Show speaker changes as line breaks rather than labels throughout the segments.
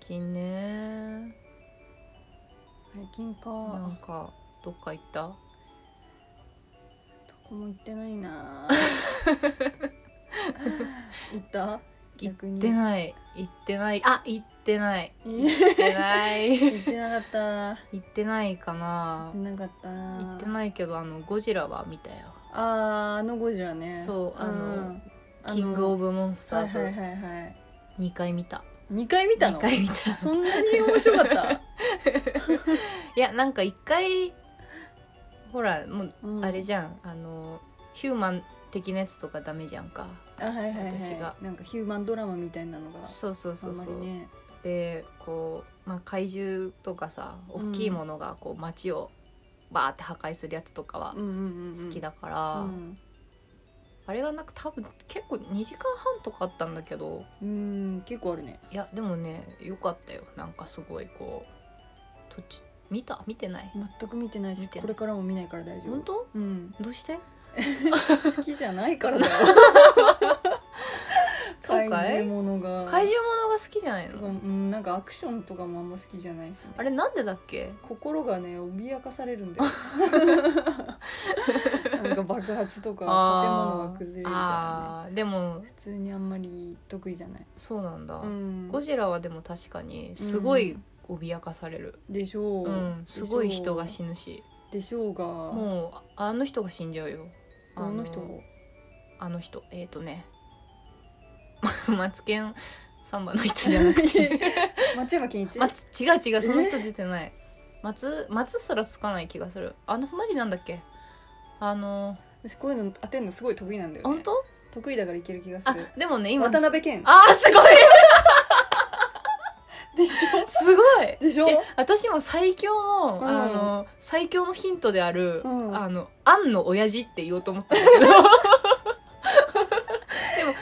近ね
最近か
なんかどっか行った
どこも行ってない な行 った
行
逆
っ
に
てない行ってないあ行ってない
行
行ってない 行
ってなかった
ってないかな
行ってなかった
行って
い
ないけどあのゴジラは見たよ
あーあのゴジラね
そうあの
ん
キングオブモンス
あの
タ
はい
ー
はい
ズ
はいはい
2回見た
2回見た
2
の
回見た
そんなに面白か った、
いやなんか1回ほらもう
うん
あれじゃんあのヒューマン的なやつとかダメじゃんか
あはいはいはい
私が
なんかヒューマンドラマみたいなのが
そうそうそうそう
あんまりね
でこう、まあ、怪獣とかさ
う
大
ん
きいものがこう街をバーって破壊するやつとかは
うんうんうんうん
好きだから、
うん
あれがなんか多分結構2時間半とかあったんだけど
うん結構あるね
いやでもね良かったよなんかすごいこう途中見た見てない
全く見てない
見
して
ない
これからも見ないから大丈夫
本当
うん
どうして
好きじゃないからだよ
そう
怪
かい
獣ものが
怪獣ものが好きじゃない
とか
の
うんなんかアクションとかもあんま好きじゃないしね、
あれなんでだっけ
心がね脅かされるんだ よなんか爆発とか建物が崩れるからね
あーでも
普通にあんまり得意じゃない、
そうなんだ、
うん
ゴジラはでも確かにすごい脅かされる、
でしょう、
うん、すごい人が
ぬ
死ぬし
でしょうがも
もうああの人が死んじゃうよ
あの人
あの人えっ、ー、とね マツケンサンバの人じゃなく て
松山ケンイチ
松違う違うその人出てない松松すらつかない気がするあのマジなんだっけあの
私こういうの当てんのすごい得意なんだよ、ね、
本当
得意だからいける気がす
あ
る
でもね今
渡辺謙
あーすごい
でしょ
すごい
でしょ
え私も最強の,、
うん
あの最強のヒントである、
うん
あのアンの親父って言おうと思ったんだけど でも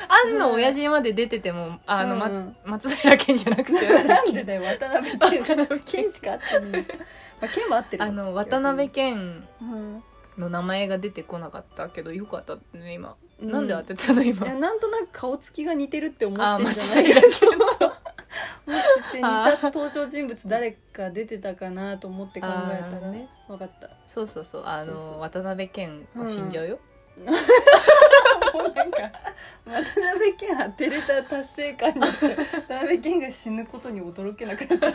アンの親父まで出ててもあの、ま
うんうん
松平健じゃなくて
なん でだよ渡辺
渡
謙
辺健
剣しか合っ てない、まあ、剣は合ってるよ
あの渡辺、健
うん
の名前が出てこなかったけどよかったね今、なんで当てたの今
いやなんとなく顔つきが似てるって思
あ
っ
ー
てるじ
松
ゃ
平健
ないかと思
と
って似た登場人物誰か出てたかなと思って考え
あ
た
ー
ら、
ね
分かった
そうそうそうあの
そうそう
渡辺健が死んじゃうよ、
もうなんか渡辺謙当てれた達成感にして渡辺謙が死ぬことに驚けなくなっちゃっ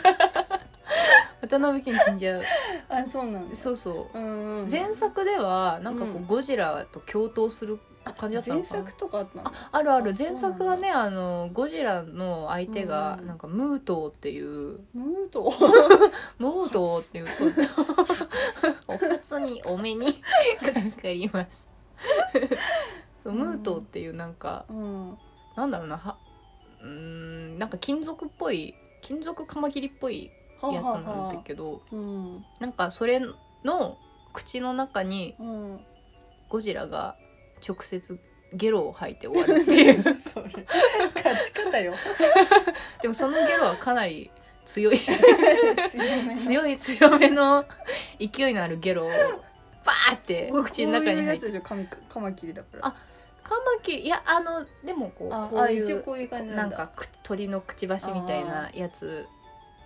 渡辺健死んじゃう
たあそうなんです
そうそう
うんうん
前作ではなんかこ
う
うんゴジラと共闘する感じだったの
前
かな、
作とかあったの
ああるある
あそ
前
うなんだ
作はねあのゴジラの相手が
うん
なんかムートーっていう
ムート
ムートーっていうそうお初にお目にかかりますそうムートーっていうなんか
うん
なんだろうなはうーんなんか金属っぽい金属カマキリっぽいやつなんだけど
うん
なんかそれの口の中に
うん
ゴジラが直接ゲロを吐いて終わるっていう
それ勝ち方よ
でもそのゲロはかなり 強い
い
強い強めの勢いのあるゲロをバーって口の中に入っ
こう
て
いうやつでしょカミカマキリだから
あカマキリいやあのでもこう
あ
こうい
一応
う
こういう感じ
な
なん
ん
だ
かく鳥のくちばしみたいなやつ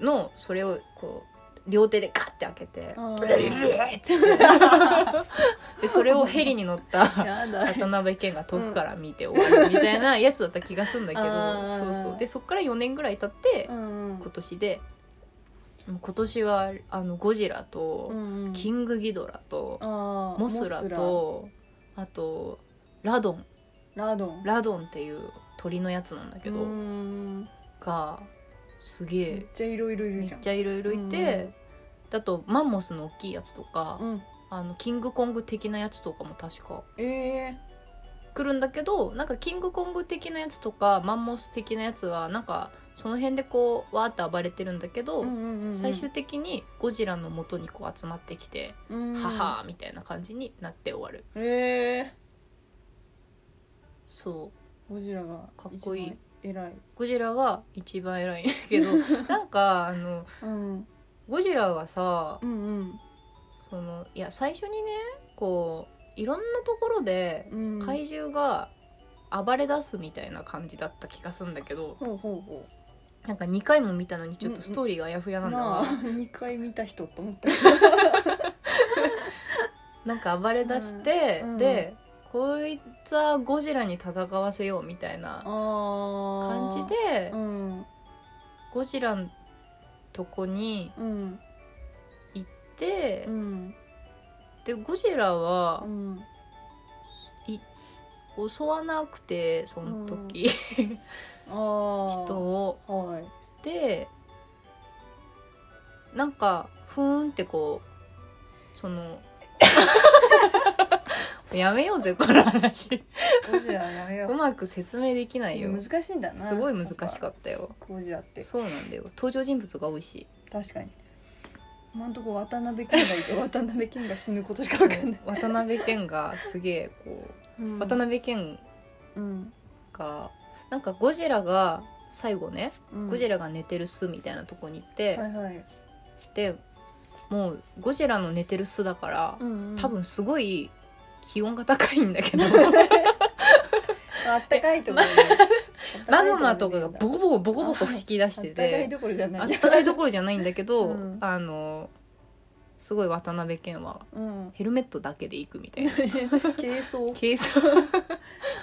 のそれをこう両手でカッて開けて
あー
ブレブレっつって でそれをヘリに乗った
やだ
渡辺謙が遠くから見て終わるみたいなやつだった気がするんだけ
あ
ど
ー
そうそうでそっから4年ぐらい経って
うん
今年でもう今年はあのゴジラと
うん
キングギドラと
あー
モスラとあとラドン
ラドン
ラドンっていう鳥のやつなんだけ
う
ど
ん
がすげ
めっ
え
ちゃいろいろいる
め
じゃ
っ
ん
ちゃいろいろいてだとマンモスの大きいやつとか
うん
あのキングコング的なやつとかも確か
ええ
来るんだけどなんかキングコング的なやつとかマンモス的なやつはなんかその辺でこうわーって暴れてるんだけど、最終的にゴジラの元にこう集まってきて、ははーみたいな感じになって終わる
ええ
そう
ゴジラが
かっこいい
一番偉い
ゴジラが一番偉いんだけ どなんかあの
うん
ゴジラがさ
うんうん
そのいや最初にねこういろんなところで
うん
怪獣が暴れ出すみたいな感じだった気がするんだけど、
ほうほうほ
なんか2回も見たのにちょっとストーリーがあやふやなんだな、
なあ2回 見た人と思った
なんか暴れ出して、
うん
でこいつはゴジラに戦わせようみたいな感
感
じで、
うん
ゴジラのとこに
うん
行って
う、ん
でゴジラは
うん
襲わなくてその時、
あ
人
ー
を。
はい
でなんかふーんってこうそ のやめようぜこの話
ゴジラやめ
う
よ
まく説明できな
う
いよ
難しいんだな
すごい難しか
っ
ったよ
たゴジラって
そうなんだよ登場人物が多いし
確かに今んとこ渡辺謙 がいて渡辺謙が死ぬことしかわかんない、
渡辺謙がすげえこう渡辺謙
うん
がなんかゴジラが最後ね
うん
ゴジラが寝てる巣みたいなとこに行って
はいはい
でもうゴジラの寝てる巣だから多分すごい気温が高いんだけ ど
あったかいところで
マグマとかがボコボコボコボコ吹き出して
あったかい
て
どころじゃな
あっ
い
たかいどころじゃないんだけど、
うん
あのすごい渡辺謙は
うん
ヘルメットだけで行くみたいな
軽装
軽装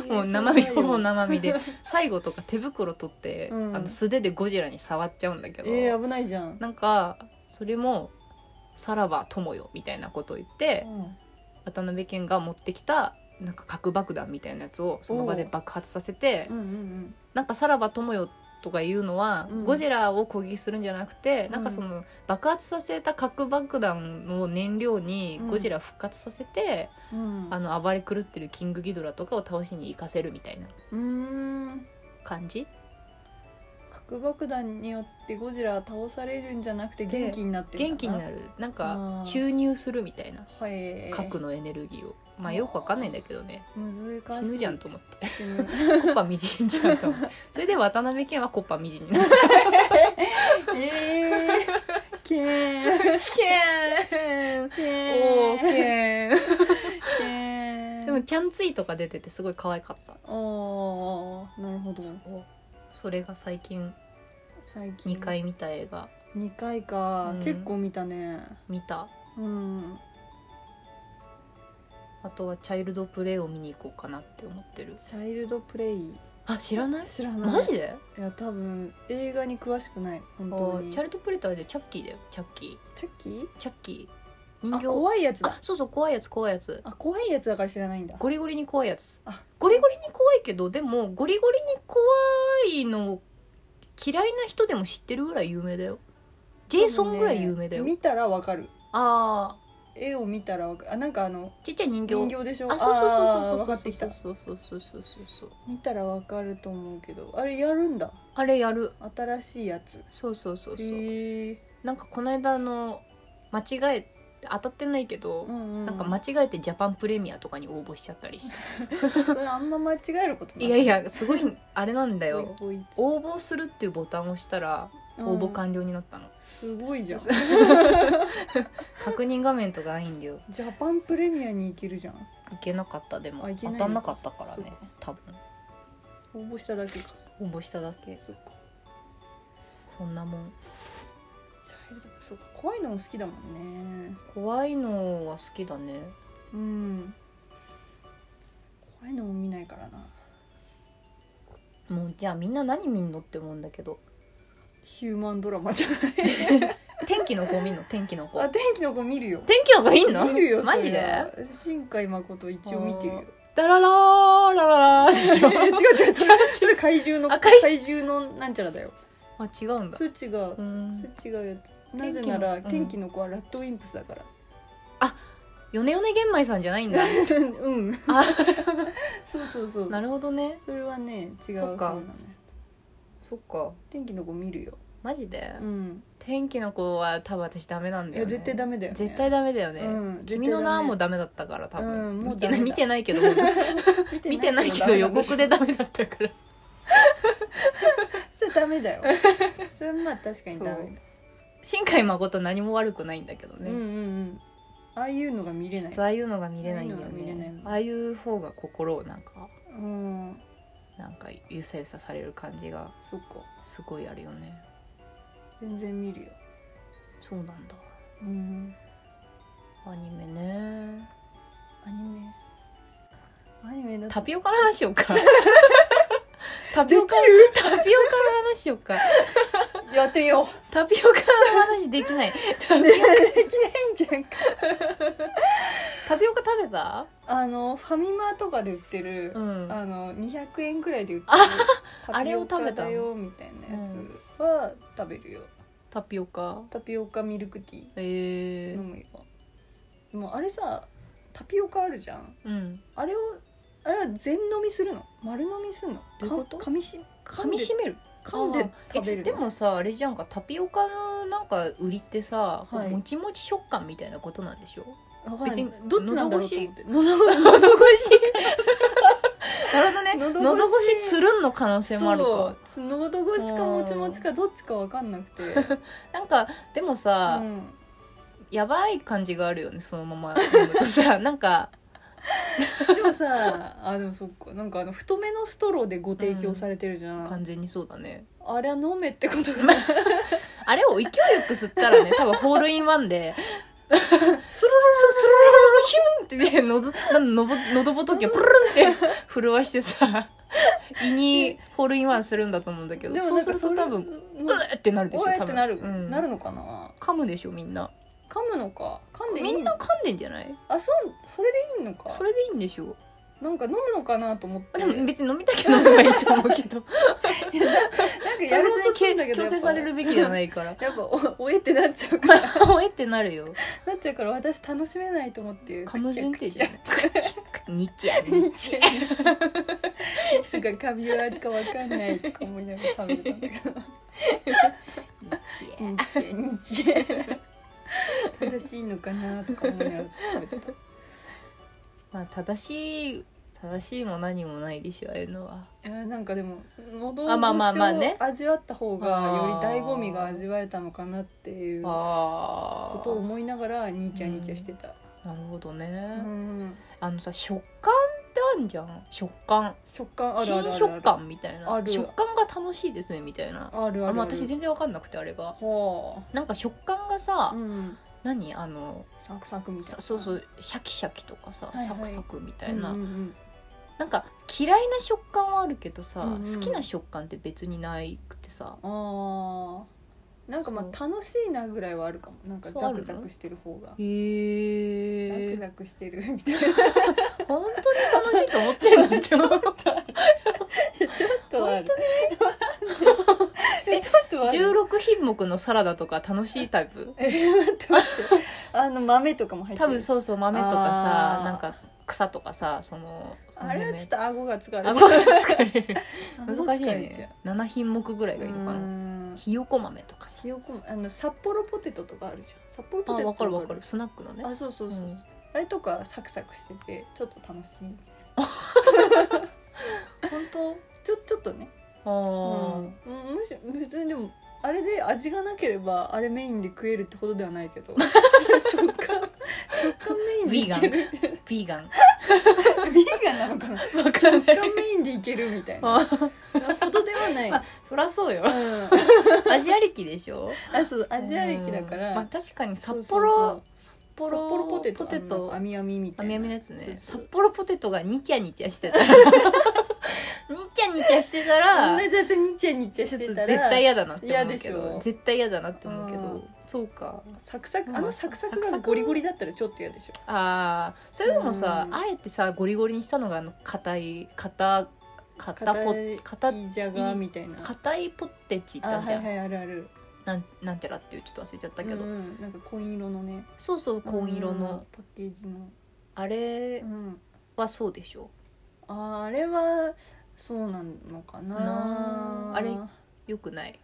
もう生身 ほぼ生身で最後とか手袋取って、
うん
あの素手でゴジラに触っちゃうんだけど、
えー、危ないじゃん
なんかそれも「さらば友よ」みたいなことを言って、
うん
渡辺謙が持ってきたなんか核爆弾みたいなやつをその場で爆発させて、
うんうん
なんか「さらば友よ」とかいうのは、
うん
ゴジラを攻撃するんじゃなくて、
うん
なんかその爆発させた核爆弾の燃料に
うん
ゴジラを復活させて、
うんうん
あの暴れ狂ってるキングギドラとかを倒しに行かせるみたいな
うーん
感じ
核爆弾によってゴジラは倒されるんじゃなくて
で
元気になって
元気に
る
なるなん
あ
か
ー
注入するみたいな
はい
核のエネルギーをまあよくわかんないんだけどね
難しい
死ぬじゃんと思って
死ぬ
コッパみじんじゃんと 思ってそれで渡辺謙はコッパみじんになっちゃ
えーけー
うけーん
けー
おーけーん
けー
でもちゃんついとか出ててすごい可愛かった
ああなるほど
そうそれが最近
最近
2回見た映画
二回か、
うん
結構見たね
見た
うん
あとはチャイルドプレイを見に行こうかなって思ってる
チャイルドプレイ
あ知らない
知らない
マジで
いや多分映画に詳しくない本
あ
当
ー
に
チャイルドプレイってあれでチャッキーだよチャッキー
チャッキー
チャッキー
あ
人形
怖いやつ
あ
だ
そうそう怖いやつ怖いやつ
あ怖いやつだから知らないんだ
ゴリゴリに怖いやつ
あ
ゴリゴリに怖いけどでもゴリゴリに怖いの嫌いな人でも知ってるぐらい有名だよジェイソンぐらい有名だよ、
多分ね見たらわかる
ああ
絵を見たらわかるあなんかあの
ちっちゃい人形
人形でしょ
あそうそう
あー分か
そう
って
そう
きた
そうそうそうそうそうそうそう
見たらわかると思うけどあれやるんだ
あれやる
新しいやつ
そうそうそうそう、
へえ
なんかこの間あの間違え当たってないけど、
うんうん
なんか間違えてジャパンプレミアとかに応募しちゃったりして
それあんま間違えることない
いやいやすごいあれなんだ
ほい
よ
ほいつ
応募するっていうボタンを押したら応募完了になったの、
うんすごいじゃん
確認画面とかないんだよ
ジャパンプレミアに行けるじゃん
いけなかったでも
あいけ
当
ないの
たんなかったからね
そ
多分
応募しただけか
応募しただけ
そっか
そんなもん
チャイルドそうか怖いのも好きだもんね
怖いのは好きだね
うん怖いのも見ないからな
もうじゃあみんな何見んのって思うんだけど
ヒューマンドラマじゃない
天気の子見んの天気の子
あ天気の子見るよ
天気の子いんの
見るよ
マジ
そりゃ
で
新海誠一応見てるよ
ダララーラララーで
え
しょ
違う違う違うそれ怪獣の
あ怪獣
怪獣のなんちゃらだよ
あ違うんだ
それ違う
うーん
それ違うやつなぜなら
天気のうん
天気の子はラッドウィンプスだ から
ヨネヨネ玄米さんじゃない んだ
うん
あ
そうそうそう
なるほどね
それはね違う
そ
方
っか
なのよ
そっか
天気の子見るよ
マジで、
うん
天気の子は多分私ダメなん
い
だ
や
よね
絶対ダメだよね
絶対ダメだよね、
うん
君の名も
絶
ダメだったから多分、
うんもう
見てな
ダメ
い
だ
見てないけど 見てないけ
ダ
ど
メ
予
なんだ
告でダメだったから
それダメ だよそれまあ確かにダメだ
そう新海誠何も悪くないんだけど
うんうんう
ね、
んああいうのが見れ
ちょ
な
っ
い
とああいうのが見れないんだよ
ああいうのが見れない
ね
もん
ああいう方が心をなんか
うん
なんなんかゆさゆさされる感じが
そっか
すごいあるよね
全然見るよ
そうなんだ
うん
アニメね
アニメアニメだ
タ
と
ピオカの話しよう かタピオカタピオカの話しようか
やってみよう
タピオカの話できないタピ
できないんじゃんか
タピオカ食べ た
あのファミマとかで売ってる、
うん
あの200円くらいで売ってる
あれを食べたの
タピオカだよみたいなやつは食べるよ
タピオカ
タピオカミルクティー
え
飲むよでもあれさタピオカあるじゃん
ー、うん
あれをあれは全飲みするの丸飲みするの
どういうこと
か噛みし噛
噛
んで
みしめる
噛んで
あー
食べる
えでもさあれじゃんかタピオカのなんか売りってさ、
はい
もちもち食感みたいなことなんでしょ
別
別
に
に
どっちなんだろうと思って
喉越しなるほどね
喉越し
喉越しつるんの可能性もある
そ
か
うつ喉越しかもちもちかどっちかわかんなくて、う
なんかでもさ、
ん、
やばい感じがあるよねそのまま飲むと さなんか
でもさあでもそっかなんかあの太めのストローでご提供されてるじゃん、
完全にそうだね
あれは飲めってこと が
あれを勢いよく吸ったらね多分ホールインワンで
スロ
そうスルルルルルヒュンってね喉なんのぼ喉仏をプルンって震わしてさ胃にホールインワンするんだと思うんだけどそうすると多分
分
うえってなるでしょ
おえ
多
って
分
なる、
うん
なるのかな
噛むでしょみんな
噛むのか噛んでい
み
い
んな噛んでんじゃない
あそうそれでいいのか
それでいいんでしょう
なんか飲むのかなと思って
でも別に飲みたけ飲めばいいと思うけど
なんか
そ
や
れ
ろうと
別
するんだ
に
けど
強制されるべきじゃないいから
やっぱおおえってなっちゃうから
まあおえってなるよ
なっちゃうから私楽しめないと思って
カムジンテージじゃない日夜
いちいつがカビ割りかわかんないとか思いながら食べてたんだけど 日夜正しいのかなとか思いながら食べて
まあ正しい正しいも何もないでしょああいうのは
たいやなんかでも喉
あまあまあまあね
越しを味わった方がよ
あ
り
ー
醍醐味が味わえたのかなっていうこ
あ
とを思いながらニーチャニーチャしてた、
あなるほどね、
うん、
あのさ食感ってあんじゃん食感
食感あるあるある
新食感みたいな
ある
食感が楽しいですねみたいな
あるある
あ
ある
まあ私全然わかんなくてあれが
は
なんか食感がさ、
あ、うん、
何あの
サクサクみたい
さ
な
そうそうシャキシャキとかさ、
はいはい
サクサクみたいな、
うんうんうん
なんか嫌いな食感はあるけどさ、
うんうん
好きな食感って別にないくてさ
あーなんかまあ楽しいなぐらいはあるかもなんか
そう
ザ
あ
ク
る
ザクしてる方が
へ
ザク
え
ザクしてるみたいな
本当に楽しいと思ってんだって 思う
ちょっとはある
に
えちょっとはある
16品目のサラダとか楽しいタイプ
え待って待ってあの豆とかも入って
多
る
分そうそう豆とか
あ
さ
ー
なんか草とかさその
あれはちょっ
と
と顎が疲れ
あ
ち
ご
ゃう
めん疲れ る
顎
難しい
疲れちゃ
ね7品目ぐらいうがいいのか
う
なんひよこ豆とかさ
ひよこもあの札幌ポテトとかあるじゃん札幌
あ
ポテト
わかるわかるスナックのね
あそうそうそうそう、
うん
あれとかサクサクしててちょっと楽しい
本当
ちょちょっとね
あ
うん、むし普通にでもあれで味がなければあれメインで食えるってほどではないけ ど食感食感メインでいける
あ、ビーガン。
ビーガンなのかな
わかん
食感メインでいけるみたいなほどではない、
まあ そらそう よ。
う
味ありきでしょ。
ん、あそう味ありきだか
うん
ら、
まあ確かに札
そうそうそう
幌札幌
札幌ポテ
ポ
ト
テト
あみあみみたい
網
な
やみのやつね。
そう
札
そう
幌ポテトがニチャニチャしてた らニチャニチャしてたら
同じやつにちゃにちゃ
ち
し
ょってと
たら
絶対嫌だなって思うけ
嫌でし
ど
ょ
絶対嫌だなって思うけ
う
ど
ん
そうか
サクサク
まあ
あのサクサ
サ
ク
ク
が
サク
ゴリゴリだったらちょっと嫌でしょ
あーそれでもさ
うん
あえてさゴリゴリにしたのがあの硬い硬硬ポ
硬い
硬
いいじゃがみたいな
硬いポテチいっ
あ
たんじゃん、
はいはいあるある
なんなんちゃらっていうちょっと忘れちゃったけど、
うん、なんか紺色のね
そうそう紺色の、
うんパッケージの、
あれ
うん、
はそうでしょ
ああれはそうなのか
な
な
ああれよくない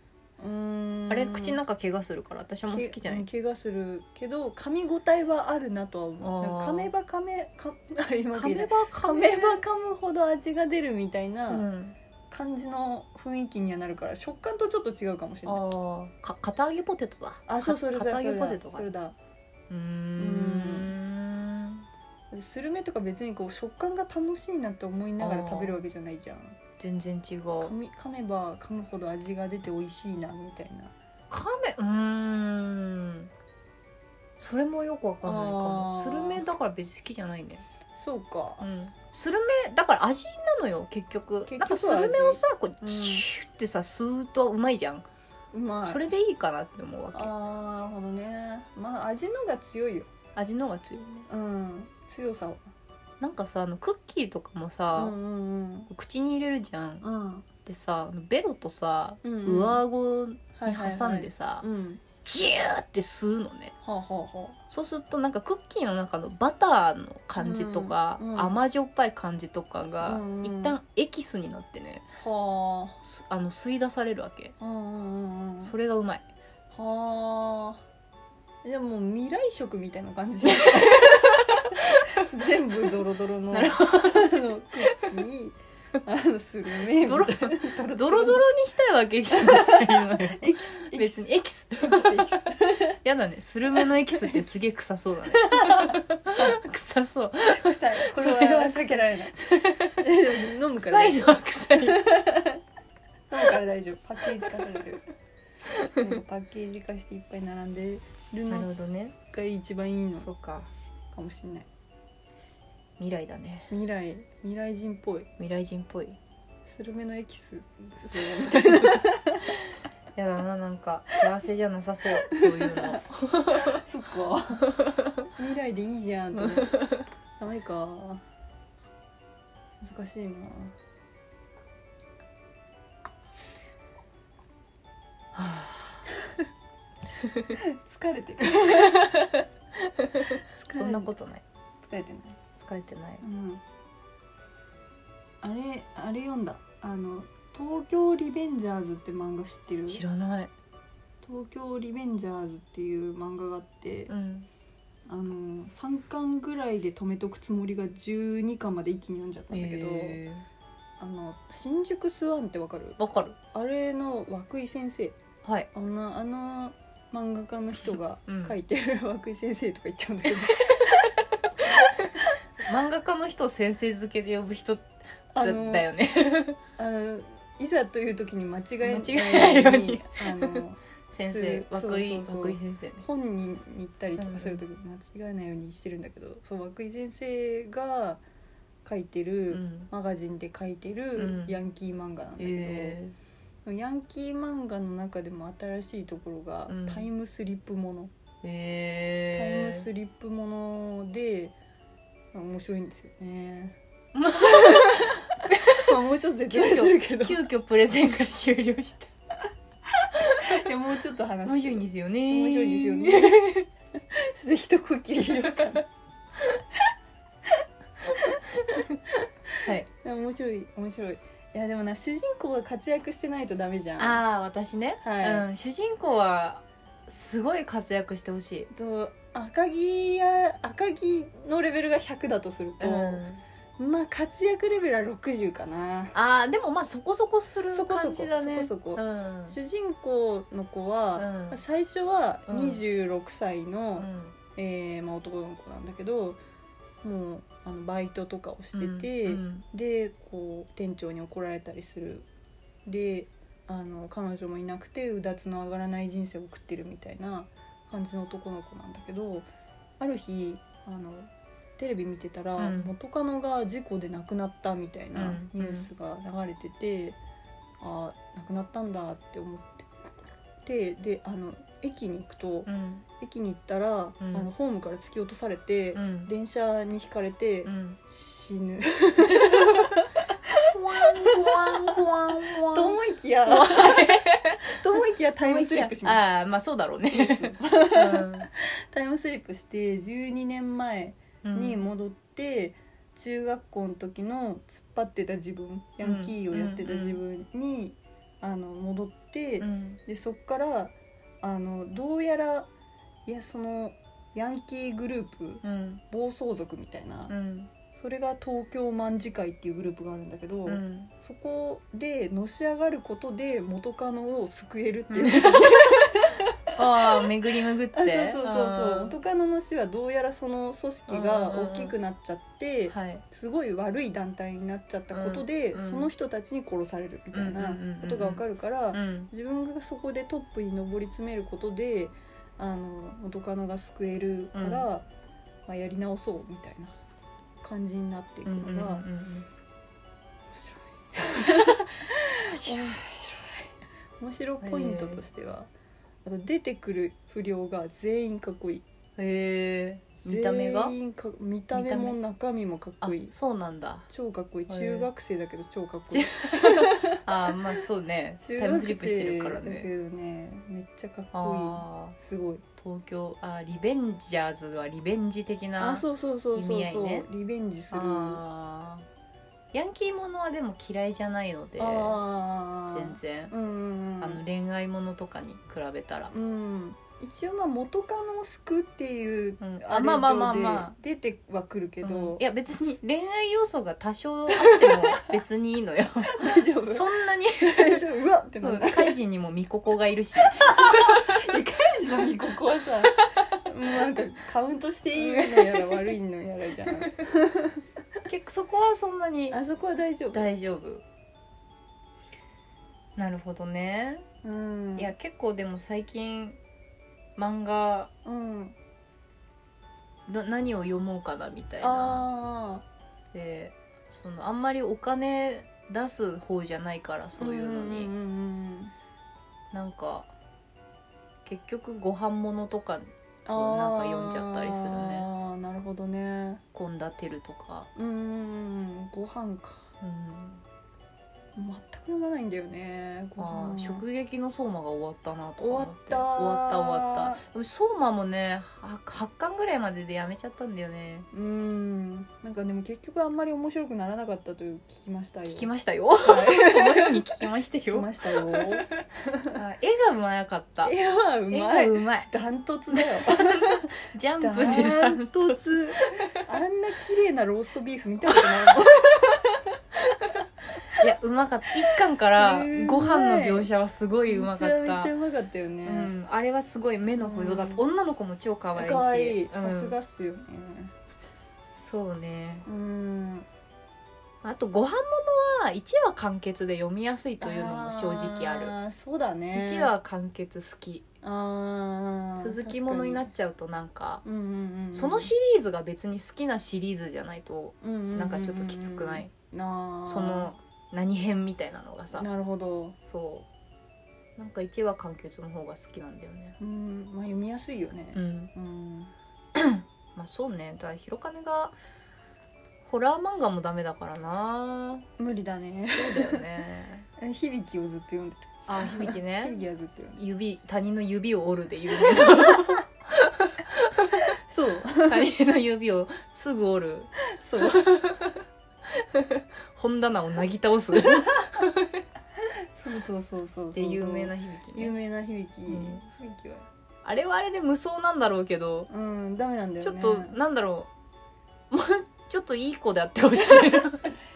うん
あれ口の中怪我するから私も好きじゃない
けうん怪我するけど噛み応えはあるなとは思う
あー
なんか噛めば噛 めか今
噛め
噛
ば噛め
めば噛むほど味が出るみたいな
うん、
感じの雰囲気にはなるから食感とちょっと違うかもしれない
ああか片揚げポテトだ
あそうそれ
か
それ
片
そ
揚
れ
げポテト
だ
が
それだ
うーん
でスルメとか別にこう食感が楽しいなって思いながら食べるわけじゃないじゃん
全然違う
噛み噛めば噛むほど味が出て美味しいなみたいな
カメうーんそれもよくわかんないかも
あー
スルメだから別に好きじゃないね
そうか
うんスルメだから味なのよ結局
結局は
なんかスルメをさこう
うん
シュッてさ吸うとうまいじゃん、
うまい
それでいいかなって思うわ
あ
け
ーなるほどねまあ味のが強いよ
味の方が強いね
うん強さは
なんかさあのクッキーとかもさ
う、んうん
口に入れるじゃん
うんうん
でさベロとさ、
うんうん
上顎に
はいはいはい
挟んでさ、
うん
ギューって吸うのね
はあはあは
そうするとなんかクッキーの中のバターの感じとか、
うんうん
甘じょっぱい感じとかが
うんうん
一旦エキスになってね
あは
すあの吸い出されるわけ
あうんうんうんうん
それがうまい
はあじゃあもう未来食みたい な感じじゃん全部ドロドロの
なる
あのクッキーあのスルメみたい
ドロ
なド
ドロドロにしたいわけじゃないのよ
エキスエキ
別
ス
にエキス
エ キスエキス
やだねスルメのエキスってすげえ臭そうだね 臭そう
臭いこれは
それは
避けられないでも飲む
臭
から大
いの
丈
は臭い
夫飲むから大丈夫パッケージ化されてる なんかパッケージ化していっぱい並んでる
な
の
るほどね
が一番いいの
そうか
かもしれない
未来だね
未来未来人っぽい
未来人っぽい
スルメのエ キスそう
やだななんか幸せじゃなさそうそう いうの
そっか未来でいいじゃんと思ってダメか難しいな 疲れてる
そんなことない
疲れてない、
疲れてない
うん、あれあれ読んだあの「東京リベンジャーズ」って漫画知ってる
知らない
東京リベンジャーズっていう漫画があって、
うん
あの3巻ぐらいで止めとくつもりが12巻まで一気に読んじゃったんだけど、
え
あの新宿スワンってわかる
ーわかる
あれの涌井先生
はい
あのあの漫画家の人が
うん
書いてる涌井先生とか言っちゃうんだけ ど
漫画家の人を先生付けで呼ぶ人だ
あ
だ
の
よね
あのいざという時に間違
間違え
え
な
ない
ように
いようにあの
先生
そうそう
涌井
そう
涌井先生ね
本人に行ったりとかする時に間違えないようにしてるんだけど、そう涌井先生が書いてる、
うん
マガジンで書いて
うん
るヤンキー漫画なんだけど、
え
ヤンキー漫画の中でも新しいところが
うん
タイムスリップもの、
ーえ
タイムスリップもので面白いんですよ ね。
ま
まあもうちょっと説明するけど
急遽プレゼンが終了した
いやもうちょっと話す
面白いん
で
ですよね
面白いですよね。 ちょっと一呼吸入れようかな
はい
いや面白い面白いいやでもな主人公が活躍してないとダメじゃん
ああ私ね、
はい
うん、主人公はすごい活躍してほしい
と赤木や赤木のレベルが100だとすると、
うん
まあ活躍レベルは60かな
あーでもまあそこそこする
そこそこ
感じだね
そこそこ
うん
主人公の子は、
うん
最初は
うん
26歳
う
の、
ん
えーまあ、男の子なんだけどもうあのバイトとかをしてて、
うん
でこう店長に怒られたりするであの彼女もいなくてうだつの上がらない人生を送ってるみたいな感じの男の子なんだけどある日あのテレビ見てたら、
うん
元カノが事故で亡くなったみたい
う
な
ん
ニュースが流れてて、ああ亡くなったんだって思ってでであの駅に行くと、
うん
駅に行ったら、
うん
あのホームから突き落とされて、
うん
電車にひかれて、
うん
死ぬ。と
ト
思いきや と思いきやタイムスリップしまし
ああーまあそうだろう
た
ね
そうそうそう タイムスリップして12年前に
うん
戻って、中学校の時の突っ張ってた自分ヤンキーをやってた自分に、あの戻って、
うん
でそっからあのどうやらいやそのヤンキーグループ
うん
暴走族みたいな、
うん
それが東京卍会っていうグループがあるんだけど、
うん
そこでのし上がることで元カノを救えるっていう、
ああ巡り巡っ
あそう
て
そうそうそう元カノの死はどうやらその組織が大きくなっちゃって
あーはい
すごい悪い団体になっちゃったことで、
うんうん
その人たちに殺されるみたいなことがわかるから、
うん
自分がそこでトップに上り詰めることであの元カノが救えるから、
うん
まあ、やり直そうみたいな感じになっていく
うんうんうん
のが
うん面
面白い
白い
面白いポイントとしては、あと出てくる不良が全員かっこいい
へえ見た目が
全員か見た目も中身もかっ
あ
こいい
そうなんだ
超かっこいい
へえ
中学生だけど超かっこいい
あーまあそうねタ
中
イムスリ
学
ップして
生
る
だ
からね
けどねめっちゃかっこ
ああ
いいすごい
東京あーリベンジャーズはリベンジ的な
あそうそうそうそう
意味合
そ、
いうね
リベンジする
あーヤンキーものはでも嫌いじゃないので
あー
全然
うんうんうん
あの恋愛ものとかに比べたら
うん一応まあ元カノを救っていう
うんあ
あれ
まあまあまあ
以上で
まあ
出てはくるけど、
うんいや別に恋愛要素が多少あっても別にいいのよ
大丈 夫
そんなに
大丈夫うわってなる
カイジにもミココがいるし
大事なにここはさもうなんかカウントしていいのやら悪いのやらじゃん
結構そこはそんなに
あそこは大丈夫
大丈夫なるほどね、
うん
いや結構でも最近漫画
うん
の何を読もうかなみたいな
ああ
でそのあんまりお金出す方じゃないからそういうのに、
うんうんうん
なんか結局ご飯物とか
あ
を
ー
なんか読んじゃったりするね
ああなるほどね
献立てるとか、
うんうんうんご飯か
うん、
全く読まないんだよねご
あー
飯
食撃の相馬が終わったなとか
終
思
わ
っ
ってた
終わった終わった
っ
でも相馬もねは 8, 巻ぐらいまででやめちゃったんだよね
たうんなんかでも結局あんまり面白くならなかったという聞きましたよ
聞きま
し
したよ そ
たよ
のように聞きました
聞き
よ
ましたよ
あ絵がうまか った
絵は う
絵
ま
が
いう
まい
ダントツだよ
ジャン
ダ
プでさ
ントツあんな綺麗なローストビーフ見たことない もん
いやうまかった1巻から
へー
ご飯の描写はすごいうま
め
か
ち
っ
ゃめ
た
ちゃうまかったよね、
うん、あれはすごい目の保養だった、
う
女の子も超可愛いし
可愛い
うん
さすがっすよね
そうね
うん
あとご飯物は1話完結で読みやすいというのも正直ある
るそうだね
1話完結好き
あー
続きものになっ
確
ちゃうとなんか
かにうんうんうん
そのシリーズが別に好きなシリーズじゃないと
なん
かちょっときつくない
なあ
その何編みたいなのがさ
なるほど、
そうなんか1話完結の方が好きなんだよね
うんまあ、読みやすいよね
う、ん
うん
まあそうねだから広亀がホラー漫画もダメだからな
無理だね
そうだよね
響きをずっと読んで
あ響き
る響
ね
きはずっと読んでる
指他人の指を折るで有名
そう
な他人の指をすぐ折る
そう
本棚をなぎ倒すっ
そうそうそうそう
て有名な響き
有
ね
名な響
う
き、
ん
響きは
あれはあれで無双なんだろうけど
うんダメなんだ
ち
よ
ょっ
ね
となんだろうもうちょっといい子であってほし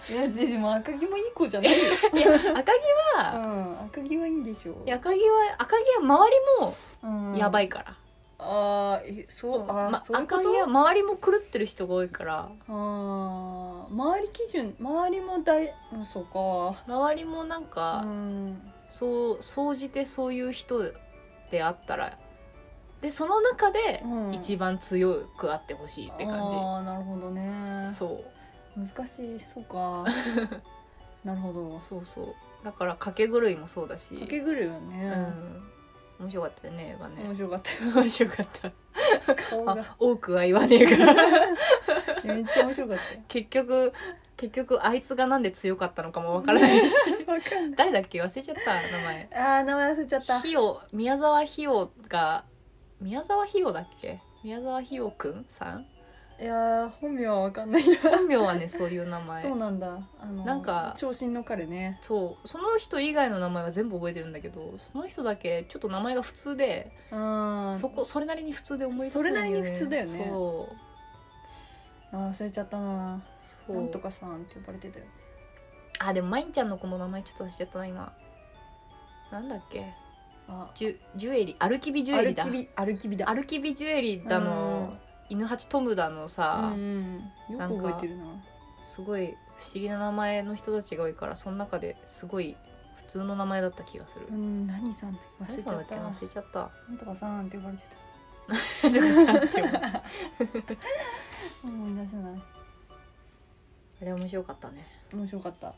い
いやででも赤城もいい子じゃないよ、
いや赤
う
城は、
ん、赤城はいいんでしょう
いや赤城は赤城は周
うん
りもやばいから、
あーえそうあー、
ま
そういうこ
赤城は
と
周りも狂ってる人が多いから
あー周り基準周りも大うんそうか
周りもなんか、
うん
そう総じてそういう人であったらでその中で
うん
一番強くあってほしいって感じ、
ああなるほどね
そう
難しいそう かなるほど
そうそうだから掛け狂いもそうだし
かけ狂いよ
う
ね、
ん、面白かったよね映画
面
ね
白かったよ
面白かった
顔が
あ多くは言わねえが
めっちゃ面白かったよ
結局結局あいつがなんで強かったのかもわからない
わかんない
誰だっけ忘れちゃった名前
あー名前忘れちゃった
ひよ宮沢ひよが宮沢ひよだっけ宮沢ひよくんさん
いやー本名はわかんないよ
本名はねそういう名前
そうなんだあの
なんか
長身の彼ね
そうその人以外の名前は全部覚えてるんだけどその人だけちょっと名前が普通で
うん
そこそれなりに普通で思い出せない
それなりに普通だよね
そう
あー忘れちゃったな
そう
なんとかさんって呼ばれてたよ
あでもまいんちゃんの子も名前ちょっと忘れちゃったな今なんだっけ
ああ
ジュジュエリーアルキビジュエリー
歩
だ
きび歩きびだ
アルキビジュエリーだの犬八トムだのさ、
うんうん、よく覚えてるな
すごい不思議な名前の人たちが多いからその中ですごい普通の名前だった気がする
う。ん何さんだっけ忘
何
れち
さん
ゃ
だ
っ
っけ
た
忘れちゃ った。
なんとかさんって呼ばれて
とかさって思うあ
た思い出せない
れ面白かったね。
面白かった